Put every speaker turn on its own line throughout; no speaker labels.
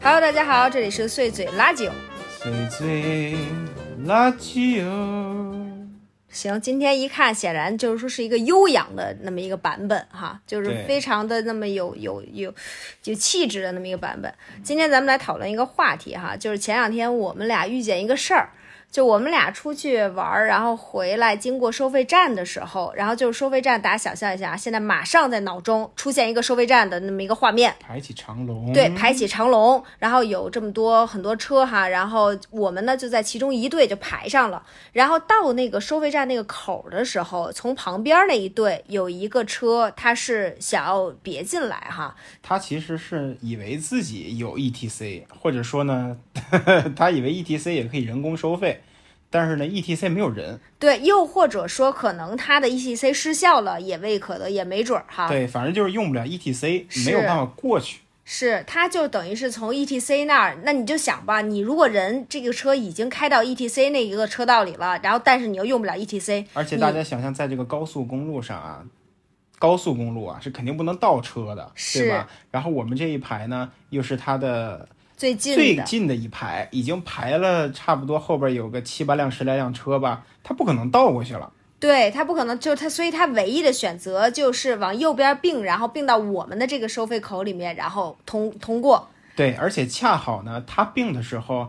Hello，大家好，这里是碎嘴拉酒。
碎嘴垃圾哦。
行，今天一看，显然就是说是一个悠扬的那么一个版本哈，就是
对
非常的那么有有有有气质的那么一个版本。今天咱们来讨论一个话题哈，就是前两天我们俩遇见一个事儿，就我们俩出去玩儿，然后回来经过收费站的时候，然后就是收费站，大家想象一下，现在马上在脑中出现一个收费站的那么一个画面，
排起长龙。
对，排起长龙，然后有这么多很多车哈，然后我们呢就在其中一队就排上了，然后到那个收费站那个口儿的时候，从旁边那一队有一个车，他是想要别进来哈，
他其实是以为自己有 ETC，或者说呢， 他以为 ETC 也可以人工收费，但是呢，ETC 没有人。
对，又或者说可能他的 ETC 失效了，也未可得，也没准儿哈。
对，反正就是用不了 ETC，
啊是
没有办法过去。
是，他就等于是从 E T C 那儿，那你就想吧，你如果人这个车已经开到 E T C 那一个车道里了，然后但是你又用不了 E T C，
而且
你
大家想象，在这个高速公路上啊，高速公路啊是肯定不能倒车的，对吧？然后我们这一排呢，又是它的
最近
最
的
近的一排，已经排了差不多后边有个七八辆、十来辆车吧，它不可能倒过去了。
对他不可能，就是他，所以他唯一的选择就是往右边并，然后并到我们的这个收费口里面，然后通通过。
对，而且恰好呢，他病的时候，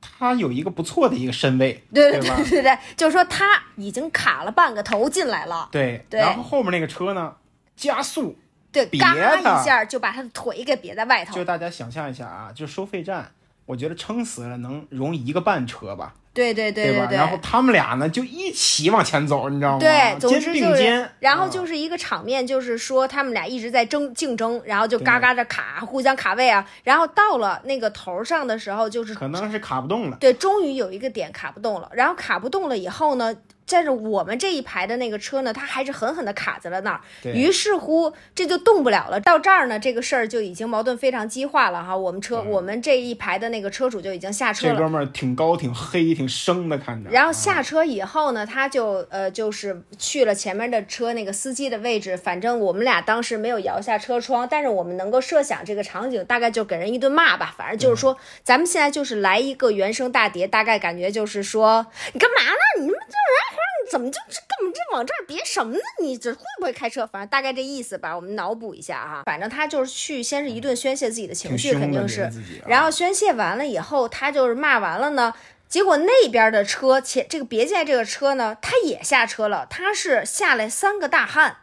他有一个不错的一个身位，
对 对
对吧？
对对对，就是说他已经卡了半个头进来了，
对，
对
然后后面那个车呢，加速，
对，
别
嘎
的
一下就把他的腿给别在外头
就。大家想象一下啊，就收费站，我觉得撑死了能容一个半车吧，
对对对
吧？
对
然后。他们俩呢就一起往前走，你知道吗？啊
对，总
肩
之
并
就
肩
是，，然后
啊
就是一个场面，就是说他们俩一直在争竞争，然后就嘎
对
嘎的卡，互相卡位啊。然后到了那个头上的时候，就是
可能是卡不动了。
对，终于有一个点卡不动了，然后卡不动了以后呢，但是我们这一排的那个车呢，它还是狠狠的卡在了那儿，
对
于是乎这就动不了了。到这儿呢，这个事儿就已经矛盾非常激化了哈。我们车，我们这一排的那个车主就已经下 车
嗯这
了。
哥们儿挺高、挺黑、挺生的，看着。
然后下车以后呢，他就呃就是去了前面的车那个司机的位置，反正我们俩当时没有摇下车窗，但是我们能够设想这个场景，大概就给人一顿骂吧。反正
嗯
就是说，咱们现在就是来一个原声大碟，大概感觉就是说，你干嘛呢？你们这人怎么就这干嘛这往这儿别什么呢？你这会不会开车？反正大概这意思吧，我们脑补一下啊。反正他就是去先是一顿宣泄自己的情
挺
绪，
凶的，
肯定
觉
是
得。自己啊
然后宣泄完了以后，他就是骂完了呢。结果那边的车，前这个别进来这个车呢，他也下车了，他是下来三个大汉，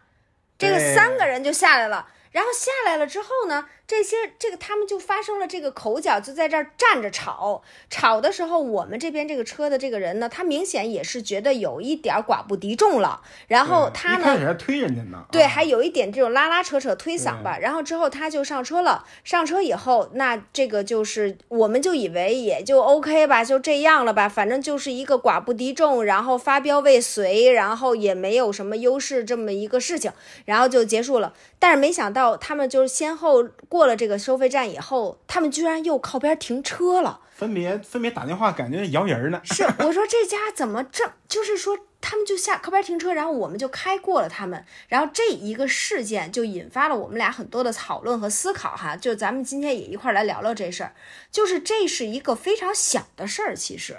这个
对
三个人就下来了。然后下来了之后呢，这些这个他们就发生了这个口角，就在这儿站着吵。吵的时候，我们这边这个车的这个人呢，他明显也是觉得有一点儿寡不敌众了。然后
对啊
他
一
呢，
开始还推人家呢，
对，
啊
还有一点这种拉拉扯扯、推搡吧。然后之后他就上车了，上车以后，那这个就是我们就以为也就 OK 吧，就这样了吧，反正就是一个寡不敌众，然后发飙未遂，然后也没有什么优势这么一个事情，然后就结束了。但是没想到他们就是先后过了这个收费站以后，他们居然又靠边停车了。
分别分别打电话，感觉摇人儿呢。
是，我说这家怎么这，就是说他们就下靠边停车，然后我们就开过了他们，然后这一个事件就引发了我们俩很多的讨论和思考哈，就咱们今天也一块儿来聊聊这事儿，就是这是一个非常小的事儿，其实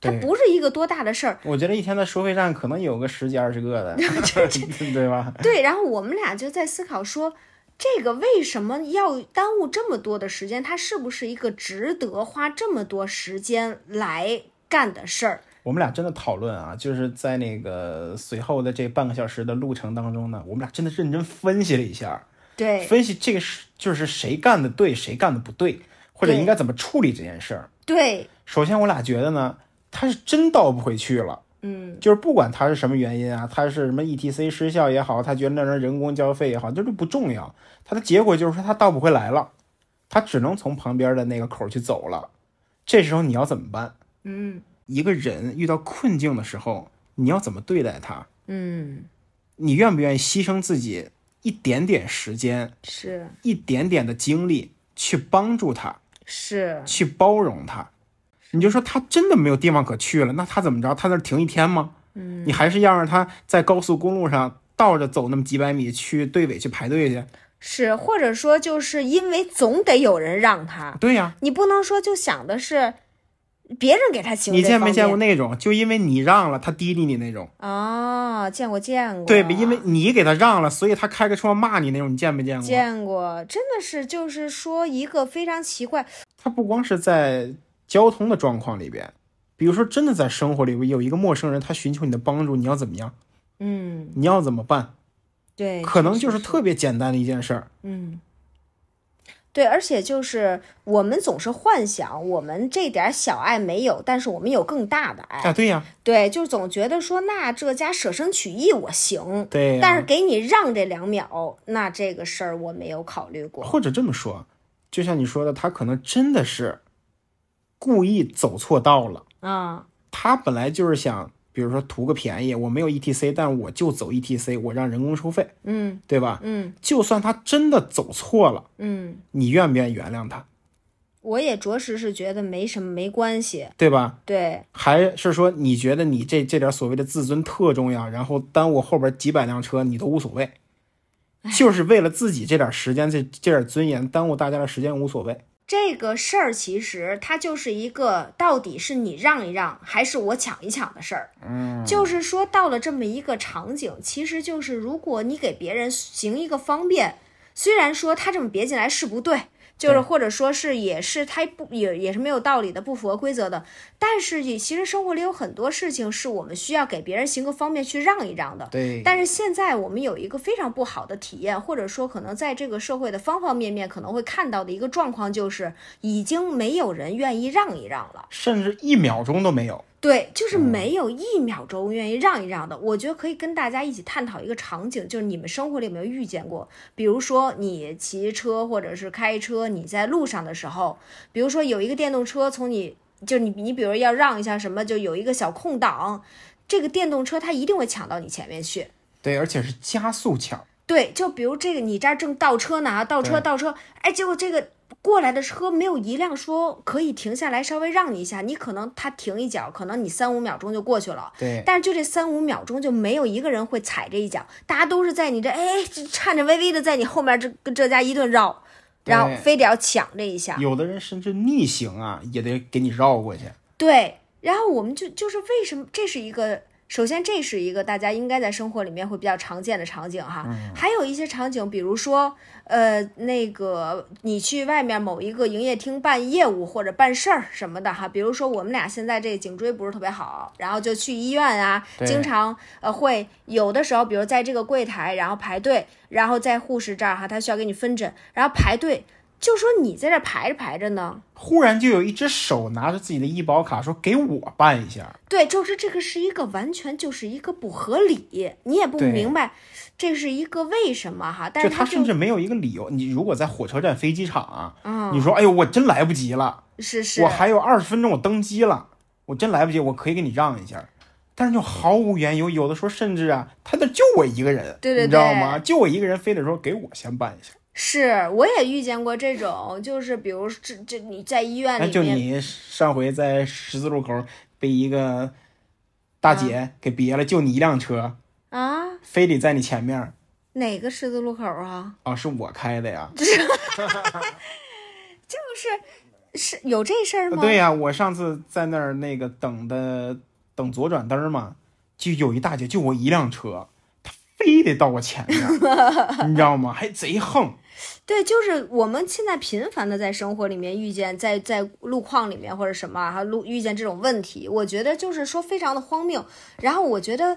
它
对
不是一个多大的事儿，
我觉得一天在收费站可能有个十几二十 个的， 对吧？
对，然后我们俩就在思考说。这个为什么要耽误这么多的时间？它是不是一个值得花这么多时间来干的事儿？
我们俩真的讨论啊，就是在那个随后的这半个小时的路程当中呢，我们俩真的认真分析了一下，
对
分析这个是就是谁干的对，谁干的不对，或者
对
应该怎么处理这件事儿。
对，
首先，我俩觉得呢，他是真倒不回去了。
嗯，
就是不管他是什么原因啊，他是什么 ETC 失效也好，他觉得那人人工交费也好，这都不重要。他的结果就是说他倒不回来了，他只能从旁边的那个口去走了。这时候你要怎么办？
嗯
一个人遇到困境的时候，你要怎么对待他？
嗯。
你愿不愿意牺牲自己一点点时间、
是
一点点的精力去帮助他？
是，
去包容他。你就说他真的没有地方可去了，那他怎么着？他那儿停一天吗？嗯，
啊
你还是要让他在高速公路上倒着走那么几百米去队尾去排队去，
是，或者说就是因为总得有人让他，
对呀、
你不能说就想的是别人给他请这
你见没见过
方面
那种就因为你让了他滴滴你那种？
哦，见过见过，
对，因为你给他让了，所以他开个车骂你那种，你见没见过？
见过，真的是就是说一个非常奇怪，
他不光是在交通的状况里边，比如说真的在生活里有一个陌生人，他寻求你的帮助，你要怎么样？
嗯，
你要怎么办？
对，
可能就是特别简单的一件事儿。
嗯，对，而且就是我们总是幻想我们这点儿小爱没有，但是我们有更大的爱。
啊，对呀、
对，就总觉得说，那这家舍生取义我行，
对呀、
但是给你让这两秒，那这个事儿我没有考虑过。
或者这么说，就像你说的，他可能真的是故意走错道了。
啊，
他本来就是想，比如说图个便宜，我没有 ETC，但我就走 ETC，我让人工收费，
嗯
对吧？
嗯
就算他真的走错了，
嗯，
你愿不愿意原谅他，
我也着实是觉得没什么，没关系。
对吧？
对，
还是说你觉得你这这点所谓的自尊特重要，然后耽误后边几百辆车你都无所谓，就是为了自己这点时间这这点尊严耽误大家的时间无所谓。
这个事儿其实它就是一个到底是你让一让，还是我抢一抢的事儿。嗯，就是说到了这么一个场景，其实就是如果你给别人行一个方便，虽然说他这么别进来是不对。就是，
对
或者说是，也是他不也也是没有道理的，不符合规则的。但是也其实生活里有很多事情是我们需要给别人行个方便去让一让的。
对
但是现在我们有一个非常不好的体验，或者说可能在这个社会的方方面面可能会看到的一个状况，就是已经没有人愿意让一让了。
甚至一秒钟都没有。
对，就是没有一秒钟愿意让一让的。我觉得可以跟大家一起探讨一个场景，就是你们生活里有没有遇见过？比如说你骑车或者是开车，你在路上的时候，比如说有一个电动车从你，就你你比如要让一下什么，就有一个小空档，这个电动车它一定会抢到你前面去。
对，而且是加速抢。
对，就比如这个，你这儿正倒车呢，啊，倒车
对
倒车，哎，结果这个过来的车没有一辆说可以停下来稍微让你一下，你可能他停一脚，可能你三五秒钟就过去了。
对，
但是就这三五秒钟，就没有一个人会踩这一脚，大家都是在你这哎颤颤巍巍的在你后面这跟这家一顿绕，然后
对
非得要抢这一下。
有的人甚至逆行啊，也得给你绕过去。
对，然后我们就就是为什么这是一个，首先这是一个大家应该在生活里面会比较常见的场景哈，还有一些场景，比如说呃那个你去外面某一个营业厅办业务或者办事儿什么的哈，比如说我们俩现在这颈椎不是特别好，然后就去医院啊，
对
经常呃会有的时候，比如在这个柜台然后排队，然后在护士这儿哈，他需要给你分诊，然后排队。就说你在这儿排着排着呢，
忽然就有一只手拿着自己的医保卡说：“给我办一下。
对，就是这个是一个完全就是一个不合理，你也不
对
明白这是一个为什么哈，”但
就是他
他
甚至没有一个理由。你如果在火车站、飞机场啊，
嗯
你说：“哎呦，我真来不及了，
是是
我还有二十分钟我登机了，我真来不及，我可以给你让一下。”但是就毫无缘由，有的时候甚至啊，他那就我一个人，
对对
你知道
对
吗？就我一个人，非得说给我先办一下。
是，我也遇见过这种，就是比如这这你在医院
哎，
里
就
面，
你上回在十字路口被一个大姐给别了，就你一辆车，
啊，
非得在你前面儿。
哪个十字路口啊？
啊，是我开的呀。
是有这事儿吗？
呃啊对呀、我上次在那儿那个等的等左转灯儿嘛，就有一大姐，就我一辆车，她非得到我前面儿， 你知道吗？还贼横。
对，就是我们现在频繁的在生活里面遇见，在在路况里面或者什么啊，还路遇见这种问题，我觉得就是说非常的荒谬。然后我觉得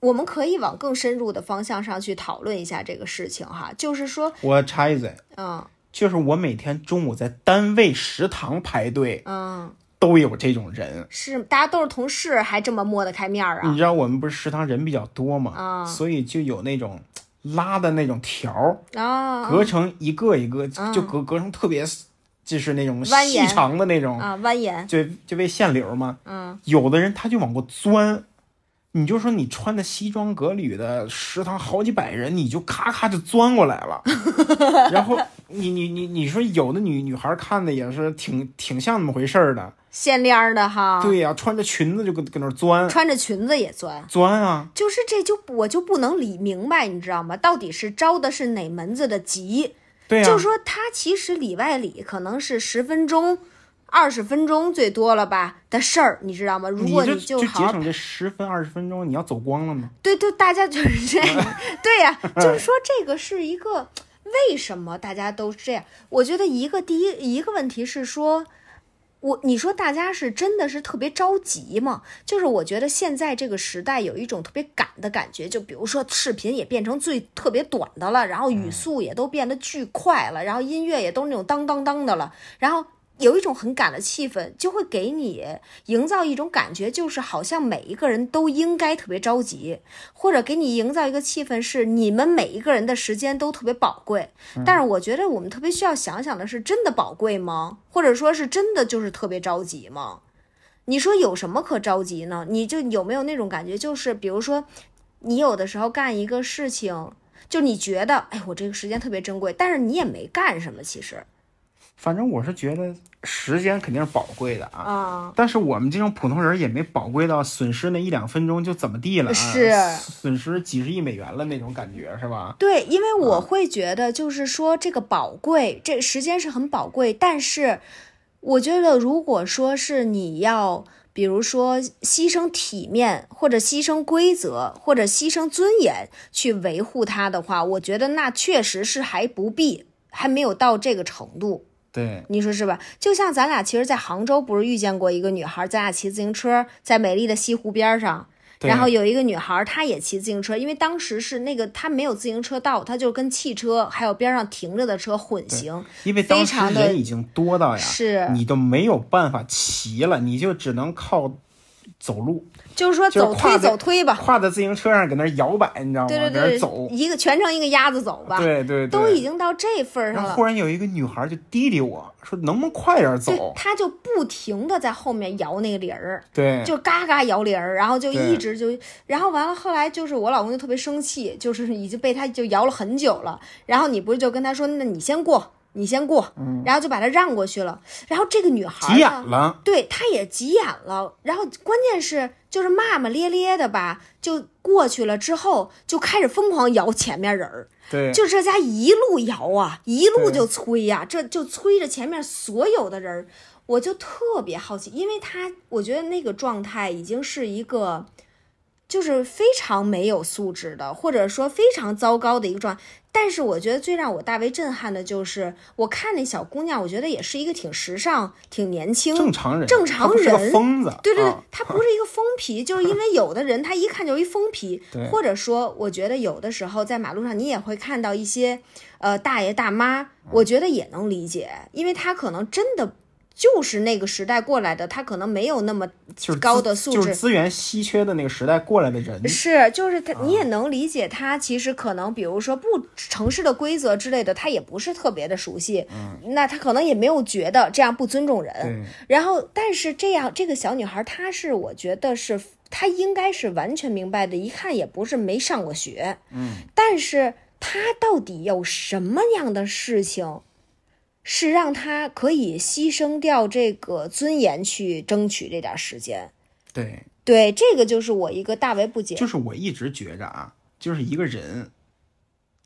我们可以往更深入的方向上去讨论一下这个事情哈，就是说，
我插一嘴，
嗯
就是我每天中午在单位食堂排队，
嗯，
都有这种人。
是大家都是同事，还这么抹得开面儿
你
啊？
知道我们不是食堂人比较多嘛，
啊
所以就有那种拉的那种条儿，
啊
隔成一个一个，
嗯
就隔隔成特别，就是那种
蜿
细
蜒
长的那种，
啊，蜿蜒，
就就为限流嘛。
嗯
有的人他就往过钻，你就说你穿的西装革履的食堂好几百人，你就咔咔就钻过来 了。然后你你你你说有的女女孩看的也是挺挺像那么回事儿的，
线链儿的哈，
对呀、穿着裙子就跟跟那儿钻
穿着裙子也钻，
钻啊，
就是这就我就不能理明白，你知道吗？到底是招的是哪门子的急？
对啊呀、
就说他其实里外里可能是十分钟、二十分钟最多了吧的事儿，你知道吗？如
你
果
就
就
节
好好
省这十分二十分钟，你要走光了吗？
对对，大家就是 这样，对呀、就是说这个是一个为什么大家都是这样？我觉得一个第一一个问题是说。我你说大家是真的是特别着急吗？就是我觉得现在这个时代有一种特别赶的感觉，就比如说视频也变成最特别短的了，然后语速也都变得巨快了，然后音乐也都是那种当当当的了，然后有一种很赶的气氛，就会给你营造一种感觉，就是好像每一个人都应该特别着急，或者给你营造一个气氛是你们每一个人的时间都特别宝贵。但是我觉得我们特别需要想想的是，真的宝贵吗？或者说是真的就是特别着急吗？你说有什么可着急呢？你就有没有那种感觉，就是比如说，你有的时候干一个事情，就你觉得，哎，我这个时间特别珍贵，但是你也没干什么，其实
反正我是觉得时间肯定是宝贵的啊。
啊，
但是我们这种普通人也没宝贵到损失那一两分钟就怎么地了、啊，
是
损失几十亿美元了那种感觉是吧？
对，因为我会觉得，就是说这个宝贵，这时间是很宝贵，但是我觉得，如果说是你要，比如说牺牲体面，或者牺牲规则，或者牺牲尊严去维护它的话，我觉得那确实是还不必，还没有到这个程度。
对，
你说是吧？就像咱俩其实，在杭州不是遇见过一个女孩，咱俩骑自行车在美丽的西湖边上。
对
然后有一个女孩，她也骑自行车，因为当时是那个她没有自行车道，她就跟汽车还有边上停着的车混行，
因为当时
非常地
人已经多到呀，
是
啊你都没有办法骑了，你就只能靠走路，
就是说
就是
走
跨
推
在
走推吧，
跨在自行车上搁那儿摇摆，你知道
啊
吗？
对对
搁那
对，
儿走，
一个全程一个鸭子走吧，
对对对，
都已经到这份儿
然
上
后
了
忽。然有一个女孩就滴滴我说：“能不能快点
对，
走
她就不停的在后面摇那个铃儿，？”
对，
就嘎嘎摇铃儿，然后就
嗯对
一直就，然后完了，后来就是我老公就特别生气，就是已经被他就摇了很久了，然后你不是就跟他说，那你先过，你先过，然后就把他让过去了，然后这个女孩
嗯
啊
急眼
呢，
了，
对，她也急眼了，然后关键是就是骂骂咧咧的吧，就过去了之后就开始疯狂摇前面人儿，
对，
就这家一路摇啊，一路
对
就催呀、这就催着前面所有的人儿。我就特别好奇，因为他，我觉得那个状态已经是一个，就是非常没有素质的，或者说非常糟糕的一个状态。但是我觉得最让我大为震撼的就是，我看那小姑娘，我觉得也是一个挺时尚、挺年轻、
正常人，
正常
她不是个
人
疯子，
对对对
啊，
他不是一个疯皮， 就是因为有的人他一看就是一疯皮
对，
或者说，我觉得有的时候在马路上你也会看到一些呃大爷大
嗯
妈，我觉得也能理解，因为他可能真的就是那个时代过来的，他可能没有那么
就是
高
资
的素
就是啊
质
资源稀缺的那个时代过来的人，
是，就是他，你也能理解他。其实可能，比如说不城市的规则之类的，他也不是特别的熟悉。
嗯
那他可能也没有觉得这样不尊重人
对。
然后，但是这样，这个小女孩，她是我觉得是，她应该是完全明白的，一看也不是没上过学。嗯，但是她到底有什么样的事情？是让她可以牺牲掉这个尊严去争取这点时间，
对，
对，这个就是我一个大为不解
就是我一直觉着啊，就是一个人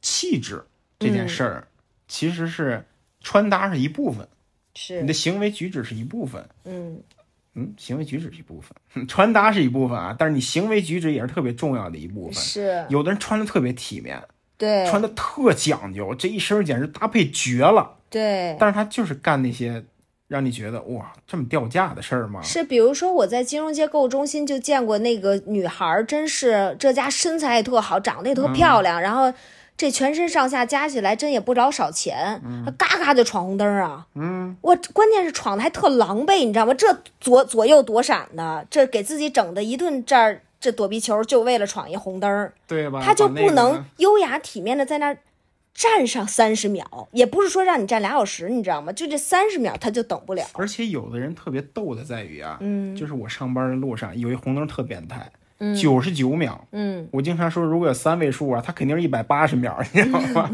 气质这件事
嗯
儿，其实是穿搭是一部分，
是
你的行为举止是一部分，
嗯，
嗯，行为举止是一部分， 哼穿搭是一部分啊，但是你行为举止也是特别重要的一部分。
是，
有的人穿的特别体面，
对，
穿的特讲究，这一身简直搭配绝了，
对，
但是他就是干那些让你觉得哇这么掉价的事儿吗？
是，比如说我在金融街购物中心就见过那个女孩儿，真是这家身材也特好，长得也
嗯
特漂亮，然后这全身上下加起来真也不着少钱，
嗯
她嘎嘎就闯红灯儿啊，嗯，我关键是闯的还特狼狈，你知道吗？这左左右躲闪的，这给自己整的一顿这儿这躲避球，就为了闯一红灯儿。
对吧？
他就
把啊那
不
个
能优雅体面的在那儿站上三十秒，也不是说让你站俩小时，你知道吗？就这三十秒他就等不了。
而且有的人特别逗的在于啊，
嗯
就是我上班的路上有一红灯特变态，九十九秒，
嗯，
我经常
嗯
说如果有三位数啊，他肯定是一百八十秒，你知道吗？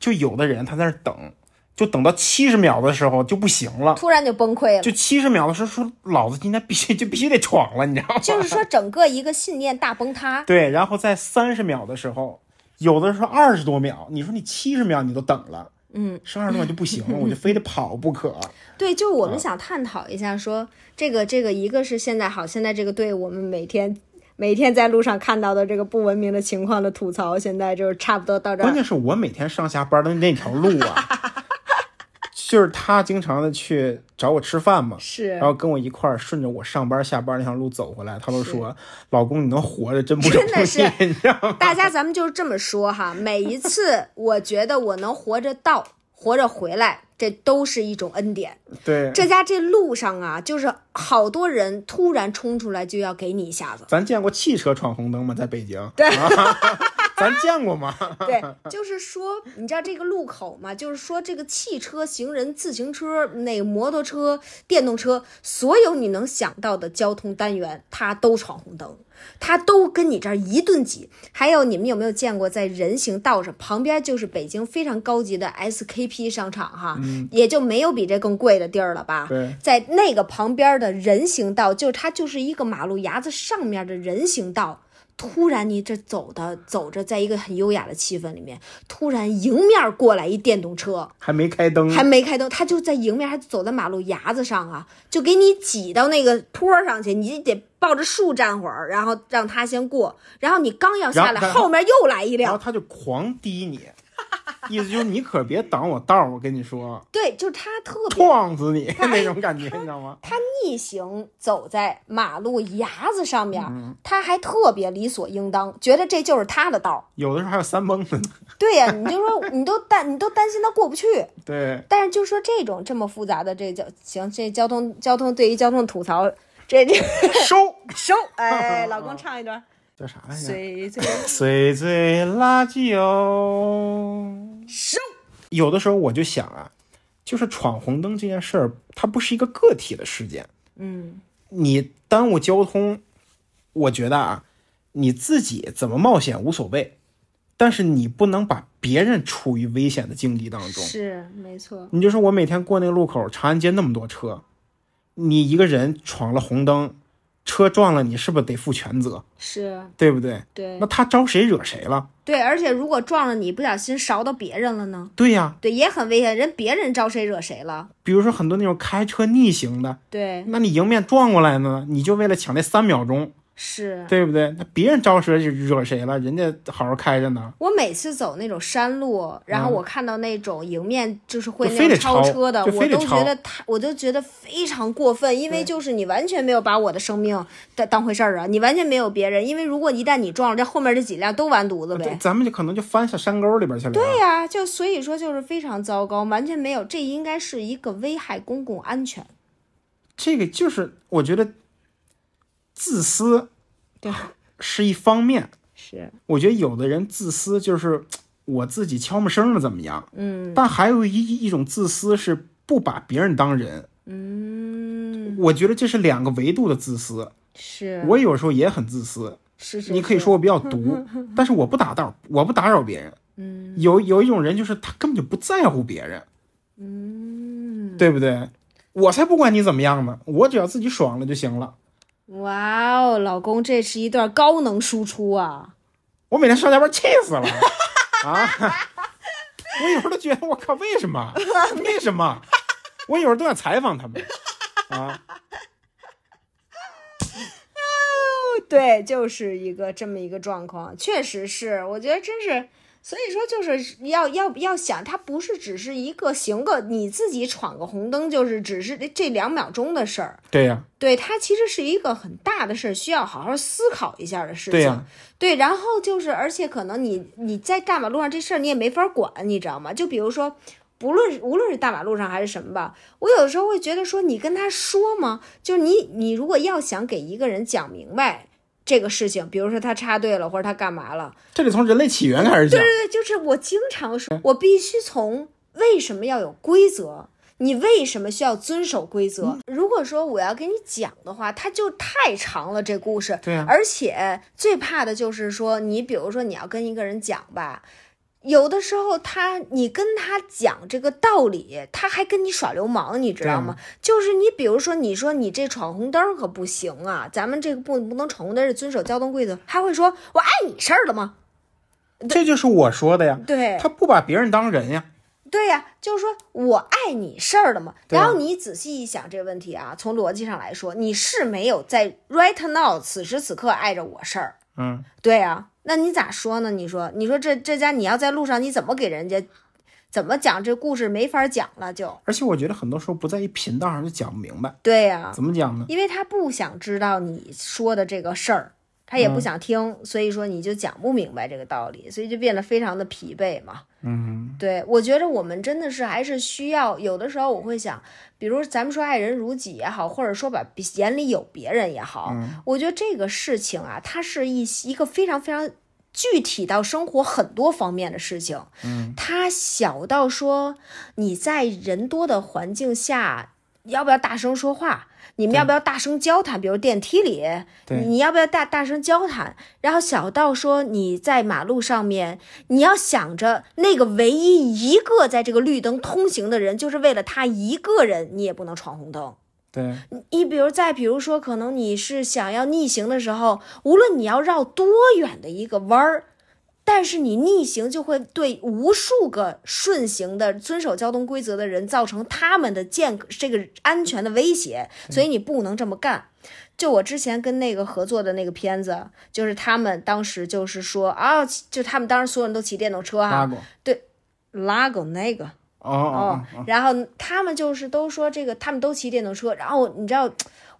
就有的人他在那儿等，就等到七十秒的时候就不行了，
突然就崩溃了。
就七十秒的时候说老子今天必须就必须得闯了，你知道吗？
就是说，整个一个信念大崩塌。
对，然后在三十秒的时候，有的时候二十多秒，你说你七十秒你都等了，
嗯，
剩二十多秒就不行了，我就非得跑不 可。
对，就
嗯
我们想探讨一下说，这个这个，一个是现在好，现在这个对我们每天每天在路上看到的这个不文明的情况的吐槽，现在就是差不多到这
关
儿。
键是我每天上下班的那条路啊， 就是他经常的去找我吃饭嘛，
是
然，后跟我一块儿顺着我上班下班那条路走回来，他都
是
说：“老公，你能活着真不容易。”
真的是
你知道吗？
大家咱们就是这么说哈，每一次我觉得我能活着到，活着回来，这都是一种恩典。
对，，
这家这路上啊，就是好多人突然冲出来就要给你一下子
咱见过汽车闯红灯吗？在北京，对， 咱见 过吗？
对，就是说，你知道这个路口嘛，就是说这个汽车、行人、自行车、那个摩托车、电动车，所有你能想到的交通单元，它都闯红灯，它都跟你这儿一顿挤。还有，你们有没有见过在人行道上旁边就是北京非常高级的 SKP 商场哈，也就没有比这更贵的地儿了吧？
对，
在那个旁边的人行道，就它就是一个马路牙子上面的人行道。突然，你这走的走着，在一个很优雅的气氛里面，突然迎面过来一电动车，
还没开灯，
还没开灯，他就在迎面，还走在马路牙子上啊，就给你挤到那个坡上去，你得抱着树站会儿，然后让他先过，然后你刚要下来，
然后
后面又来一
然后
辆，
他就狂滴你， 意思就是你可别挡我道儿，我跟你说，
对，就是他特别
撞死 你那种感觉，你知道吗？
他逆行走在马路牙子上面，他还特别理所应当，觉得这就是他的道儿。
有的时候还有三蹦子呢。
对呀、你就说你都担你都担心他过不去，
对，
但是就说这种这么复杂的这交行这交通交通对于交通吐槽，这这
收
收哎，老公唱一段，
叫啥来着？
随随
随醉垃圾哦。
收，
有的时候我就想啊，就是闯红灯这件事儿，它不是一个个体的事件。
嗯，
你耽误交通，我觉得啊，你自己怎么冒险无所谓，但是你不能把别人处于危险的境地当中。
是没错，
你就说我每天过那个路口，长安街那么多车，你一个人闯了红灯，车撞了你，是不是得负全责？
是
对不对？
对
那他招谁惹谁了？
对，而且如果撞了你，不小心勺到别人了呢，
对呀，
对，也很危险，人别人招谁惹谁了，
比如说很多那种开车逆行的，
对，
那你迎面撞过来呢，你就为了抢那三秒钟，
是。
对不对？那别人招谁惹谁了？人家好好开着呢，
我每次走那种山路，然后我看到那种迎面就是会
嗯就
那
非
种
得
超
超
车的，
就
我
非得
都觉
超
得他，我都觉得非常过分，因为就是你完全没有把我的生命当当回事儿啊，你完全没有别人，因为如果一旦你撞了，这后面这几辆都完犊子
对
呗。
咱们就可能就翻下山沟里边去了。
对呀、就所以说就是非常糟糕，完全没有，这应该是一个危害公共安全。
这个就是我觉得自私
对，
是一方面，
是，
我觉得有的人自私就是我自己悄没声的怎么样，
嗯
但还有一一种自私是不把别人当人，
嗯，
我觉得这是两个维度的自私。
是，
我有时候也很自私，
是是，
你可以
是
说，我比较 毒，但是我不打道，我不打扰别人。
嗯
有有一种人就是他根本就不在乎别人，
嗯，
对不对？我才不管你怎么样呢，我只要自己爽了就行了。
哇哦，老公，这是一段高能输出啊！
我每天上下班气死了啊！ 我有时候都觉得我靠，为什么？为什么？我有时候都想采访他们啊！
对，就是一个这么一个状况，确实是，我觉得真是，所以说就是要要要想，它不是只是一个行个你自己闯个红灯，就是只是这这两秒钟的事儿，
对呀、
对，它其实是一个很大的事儿，需要好好思考一下的事情。
对呀
对然后就是，而且可能你你在大马路上这事儿你也没法管，你知道吗？就比如说，不论无论是大马路上还是什么吧，我有的时候会觉得说，你跟他说吗？就是你你如果要想给一个人讲明白。这个事情，比如说他插队了，或者他干嘛了，
这得从人类起源开始讲。
对对，就是我经常说，我必须从为什么要有规则，你为什么需要遵守规则。如果说我要给你讲的话，它就太长了，这故事。
对啊
而且最怕的就是说，你比如说你要跟一个人讲吧。有的时候他，你跟他讲这个道理，他还跟你耍流氓，你知道吗？就是你比如说，你说你这闯红灯可不行啊，咱们这个不不能闯红灯，是遵守交通规则。他会说：“我碍你事儿了吗
这就是我说的呀？”。
对，
他不把别人当人呀，
对呀、就是说我爱你事儿了嘛。
对啊
然后你仔细一想这个问题啊，从逻辑上来说，你是没有在 right now 此时此刻碍着我事儿。
嗯，
对呀、那你咋说呢？你说，你说这这家你要在路上，你怎么给人家，怎么讲这故事没法讲了就？
而且我觉得很多时候不在一频道上就讲不明白，
对呀、
怎么讲呢？
因为他不想知道你说的这个事儿，他也不想听，所以说你就讲不明白这个道理，所以就变得非常的疲惫嘛。
嗯，
对，我觉得我们真的是还是需要，有的时候我会想，比如咱们说爱人如己也好，或者说把别眼里有别人也好，我觉得这个事情啊，它是一一个非常非常具体到生活很多方面的事情。嗯，它小到说你在人多的环境下，要不要大声说话？你们要不要大声交谈？比如电梯里，
对
你要不要大大声交谈？然后小到说你在马路上面，你要想着那个唯一一个在这个绿灯通行的人，就是为了他一个人，你也不能闯红灯。
对，
你比如再比如说，可能你是想要逆行的时候，无论你要绕多远的一个弯儿，但是你逆行就会对无数个顺行的遵守交通规则的人造成他们的健这个安全的威胁，所以你不能这么干。就我之前跟那个合作的那个片子，就是他们当时就是说啊，就他们当时所有人都骑电动车哈、
拉过，
拉狗那个，
哦哦，哦
然后他们就是都说这个，他们都骑电动车。然后你知道，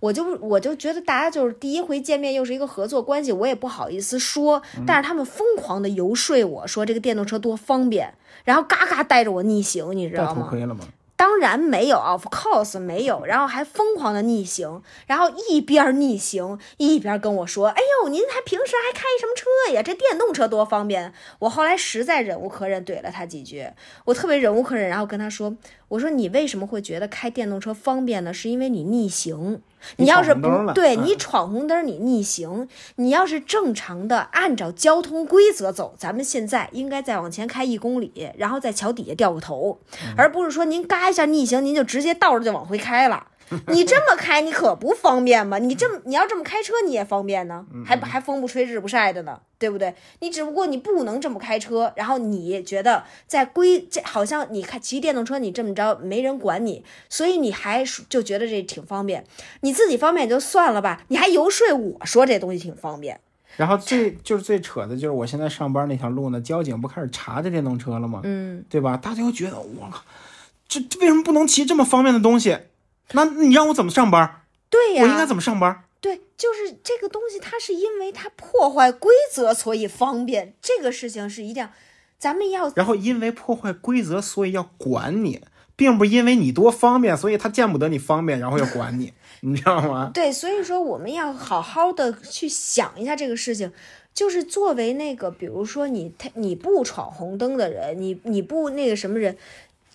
我就我就觉得大家就是第一回见面，又是一个合作关系，我也不好意思说。
嗯
但是他们疯狂的游说我说这个电动车多方便，然后嘎嘎带着我逆行，你知
戴
道
头
吗？
盔了吗？
当然没有，of course 没有。然后还疯狂的逆行，然后一边逆行一边跟我说：“哎呦，您还平时还开什么车呀？这电动车多方便！”我后来实在忍无可忍，怼了他几句，我特别忍无可忍，然后跟他说：“我说你为什么会觉得开电动车方便呢？是因为你逆行。”
你
你要是
闯红
不
灯了
对
嗯
你闯红灯，你逆行，你要是正常的按照交通规则走，咱们现在应该再往前开一公里，然后在桥底下掉个头，而不是说您嘎一下逆行，您就直接倒着就往回开了。 你这么开，你可不方便嘛？你这么你要这么开车，你也方便呢，
嗯
还还风不吹日不晒的呢，对不对？你只不过你不能这么开车，然后你觉得在规这好像你看骑电动车，你这么着没人管你，所以你还说就觉得这挺方便。你自己方便也就算了吧，你还游说我说这东西挺方便。
然后最就是最扯的就是我现在上班那条路呢，交警不开始查这电动车了吗？
嗯，
对吧？大家都觉得我靠，这这为什么不能骑这么方便的东西？那你让我怎么上班？
对啊
我
呀、
应该怎么上班？
对，就是这个东西，它是因为它破坏规则，所以方便。这个事情是一定要，咱们要
然后因为破坏规则，所以要管你，并不是因为你多方便，所以他见不得你方便，然后要管你，你知道吗？
对，所以说我们要好好的去想一下这个事情，就是作为那个，比如说你他你不闯红灯的人，你你不那个什么人。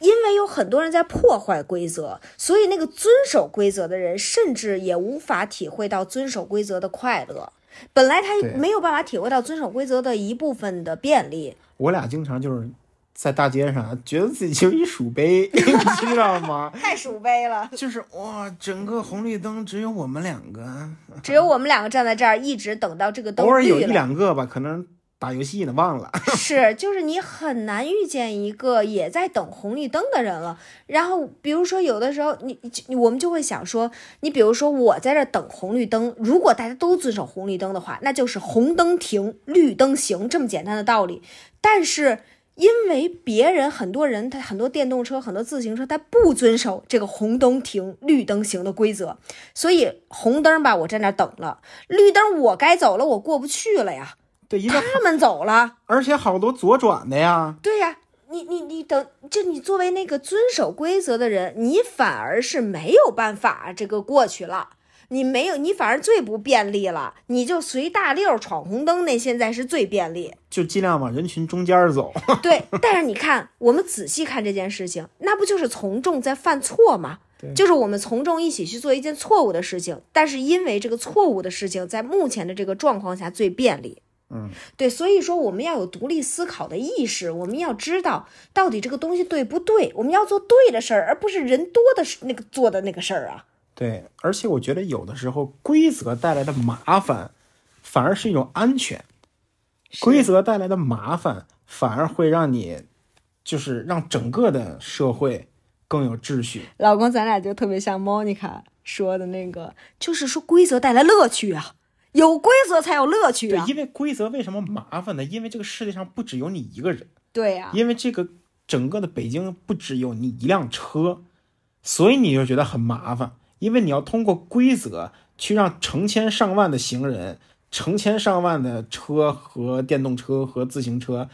因为有很多人在破坏规则，所以那个遵守规则的人，甚至也无法体会到遵守规则的快乐。本来他
对
没有办法体会到遵守规则的一部分的便利，
我俩经常就是在大街上，觉得自己就是一鼠 辈，你知道吗？
太鼠辈了。
就是哇，整个红绿灯只有我们两个，
只有我们两个站在这儿，一直等到这个灯
偶尔有
绿
一
了
两个吧，可能打游戏呢忘了。
是，就是你很难遇见一个也在等红绿灯的人了。然后，比如说有的时候你，你我们就会想说，你比如说我在这儿等红绿灯，如果大家都遵守红绿灯的话，那就是红灯停，绿灯行，这么简单的道理。但是。因为别人很多人，他很多电动车、很多自行车，他不遵守这个红灯停、绿灯行的规则，所以红灯吧，我站那儿等了；绿灯我该走了，我过不去了呀。
对，一个
他们走了，
而且好多左转的呀，
对呀、你你你等，就你作为那个遵守规则的人，你反而是没有办法这个过去了。你没有，你反而最不便利了，你就随大溜儿闯红灯，那现在是最便利。
就尽量往人群中间儿走。
对，但是你看，我们仔细看这件事情，那不就是从众在犯错吗
对？
就是我们从众一起去做一件错误的事情，但是因为这个错误的事情在目前的这个状况下最便利。
嗯，
对，所以说我们要有独立思考的意识，我们要知道到底这个东西对不对，我们要做对的事儿，而不是人多的事那个做的那个事儿啊。
对，而且我觉得有的时候规则带来的麻烦，反而是一种安全。规则带来的麻烦，反而会让你，就是让整个的社会更有秩序。
老公，咱俩就特别像 Monica 说的那个，就是说规则带来乐趣啊，有规则才有乐趣
对
啊，。
因为规则为什么麻烦呢？因为这个世界上不只有你一个人，
对呀、
因为这个整个的北京不只有你一辆车，所以你就觉得很麻烦，因为你要通过规则去让成千上万的行人、成千上万的车和电动车和自行车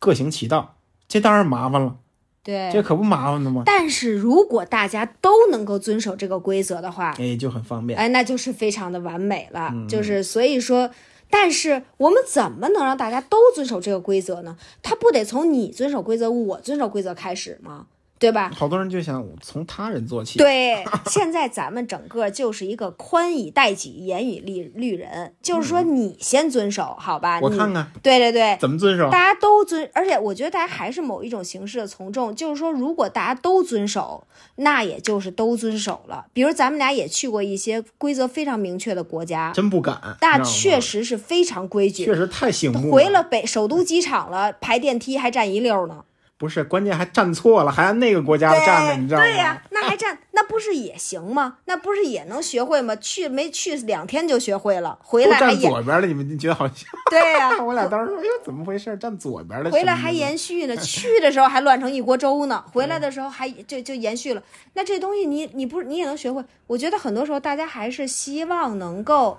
各行其道，这当然麻烦了，
对。
这可不麻烦的吗？
但是如果大家都能够遵守这个规则的话，
哎，就很方便。
哎，那就是非常的完美了。
嗯
就是所以说，但是我们怎么能让大家都遵守这个规则呢？他不得从你遵守规则，我遵守规则开始吗？对 吧？
好多人就想从他人做起，
对，现在咱们整个就是一个宽以待己，严以律律人，就是说你先遵守，好吧？
嗯我
你
看看
对对对，
怎么遵守。
大家都遵，而且我觉得大家还是某一种形式的从众，就是说，如果大家都遵守，那也就是都遵守了。比如咱们俩也去过一些规则非常明确的国家，
真不敢，
那
你知道吗
确实是非常规矩。
确实太醒目
回了北首都机场了，排电梯还站一溜呢。
不是，关键还站错了，还按那个国家的站着，你知道吗？
对呀、那还站，那不是也行吗？那不是也能学会吗？去没去两天就学会了，回
都
来还
站
延
左边了，你们你觉得好笑？
对呀、
我俩当时说，哎呦，怎么回事？站左边了，
回来
什么
还
意思
延续呢，去的时候还乱成一锅粥呢，回
嗯
来的时候还就就延续了。那这东西你你不你也能学会？我觉得很多时候大家还是希望能够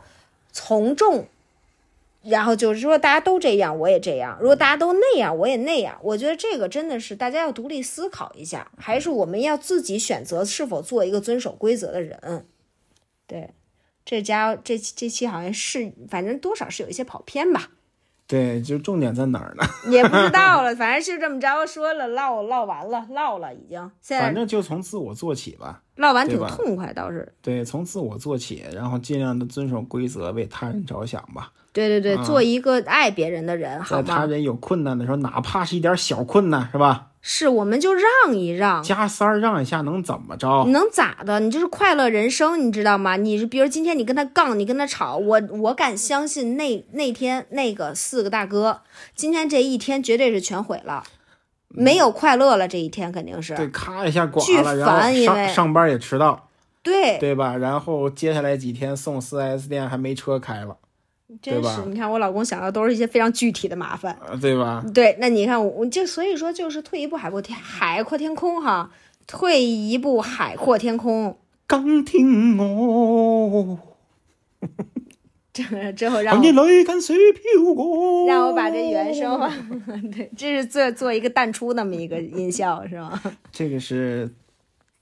从众，然后就是说大家都这样，我也这样；如果大家都那样，我也那样。我觉得这个真的是大家要独立思考一下，还是我们要自己选择是否做一个遵守规则的人。对，这家这这期好像是反正多少是有一些跑偏吧。
对，就重点在哪儿呢？
也不知道了，反正就这么着说了，唠唠完了，唠了已经，现
反
在
正就从自我做起吧。
唠完挺
对吧
痛快，倒是。
对，从自我做起，然后尽量的遵守规则，为他人着想吧。
对对对，做一个爱别人的人，好
在嗯他
吗？
人有困难的时候，哪怕是一点小困难，是吧？
是，我们就让一让，
加三儿让一下，能怎么着？
你能咋的？你就是快乐人生，你知道吗？你是比如今天你跟他杠，你跟他吵，我我敢相信那那天那个四个大哥，今天这一天绝对是全毁了，没有快乐了，这一天肯定是
嗯对，咔一下剐
巨
了，然
烦
后
因为
上上班也迟到，
对
对吧？然后接下来几天送 4S 店还没车开了，
真
对吧
是你看我老公想到都是一些非常具体的麻烦。
呃对吧？
对，那你看我，我就所以说就是退一步海阔天海阔天空哈，退一步海阔天空，
刚听我，
这之后让
含
我
的泪跟水飘过。
让我把这原声放， 对，这是做做一个淡出那么一个音效是吗？
这个是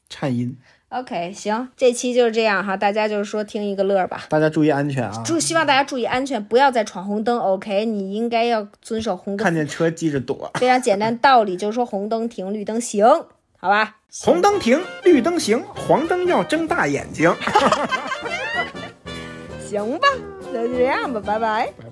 颤音，
OK，行，这期就是这样哈，大家就是说听一个乐儿吧。
大家注意安全啊！
祝希望大家注意安全，不要再闯红灯。OK，你应该要遵守红灯，
看见车记着躲，
非常简单道理，就是说红灯停，绿灯行，好吧？
红灯停，绿灯行，黄灯要睁大眼睛。
行吧，那就这样吧，拜拜。
拜拜。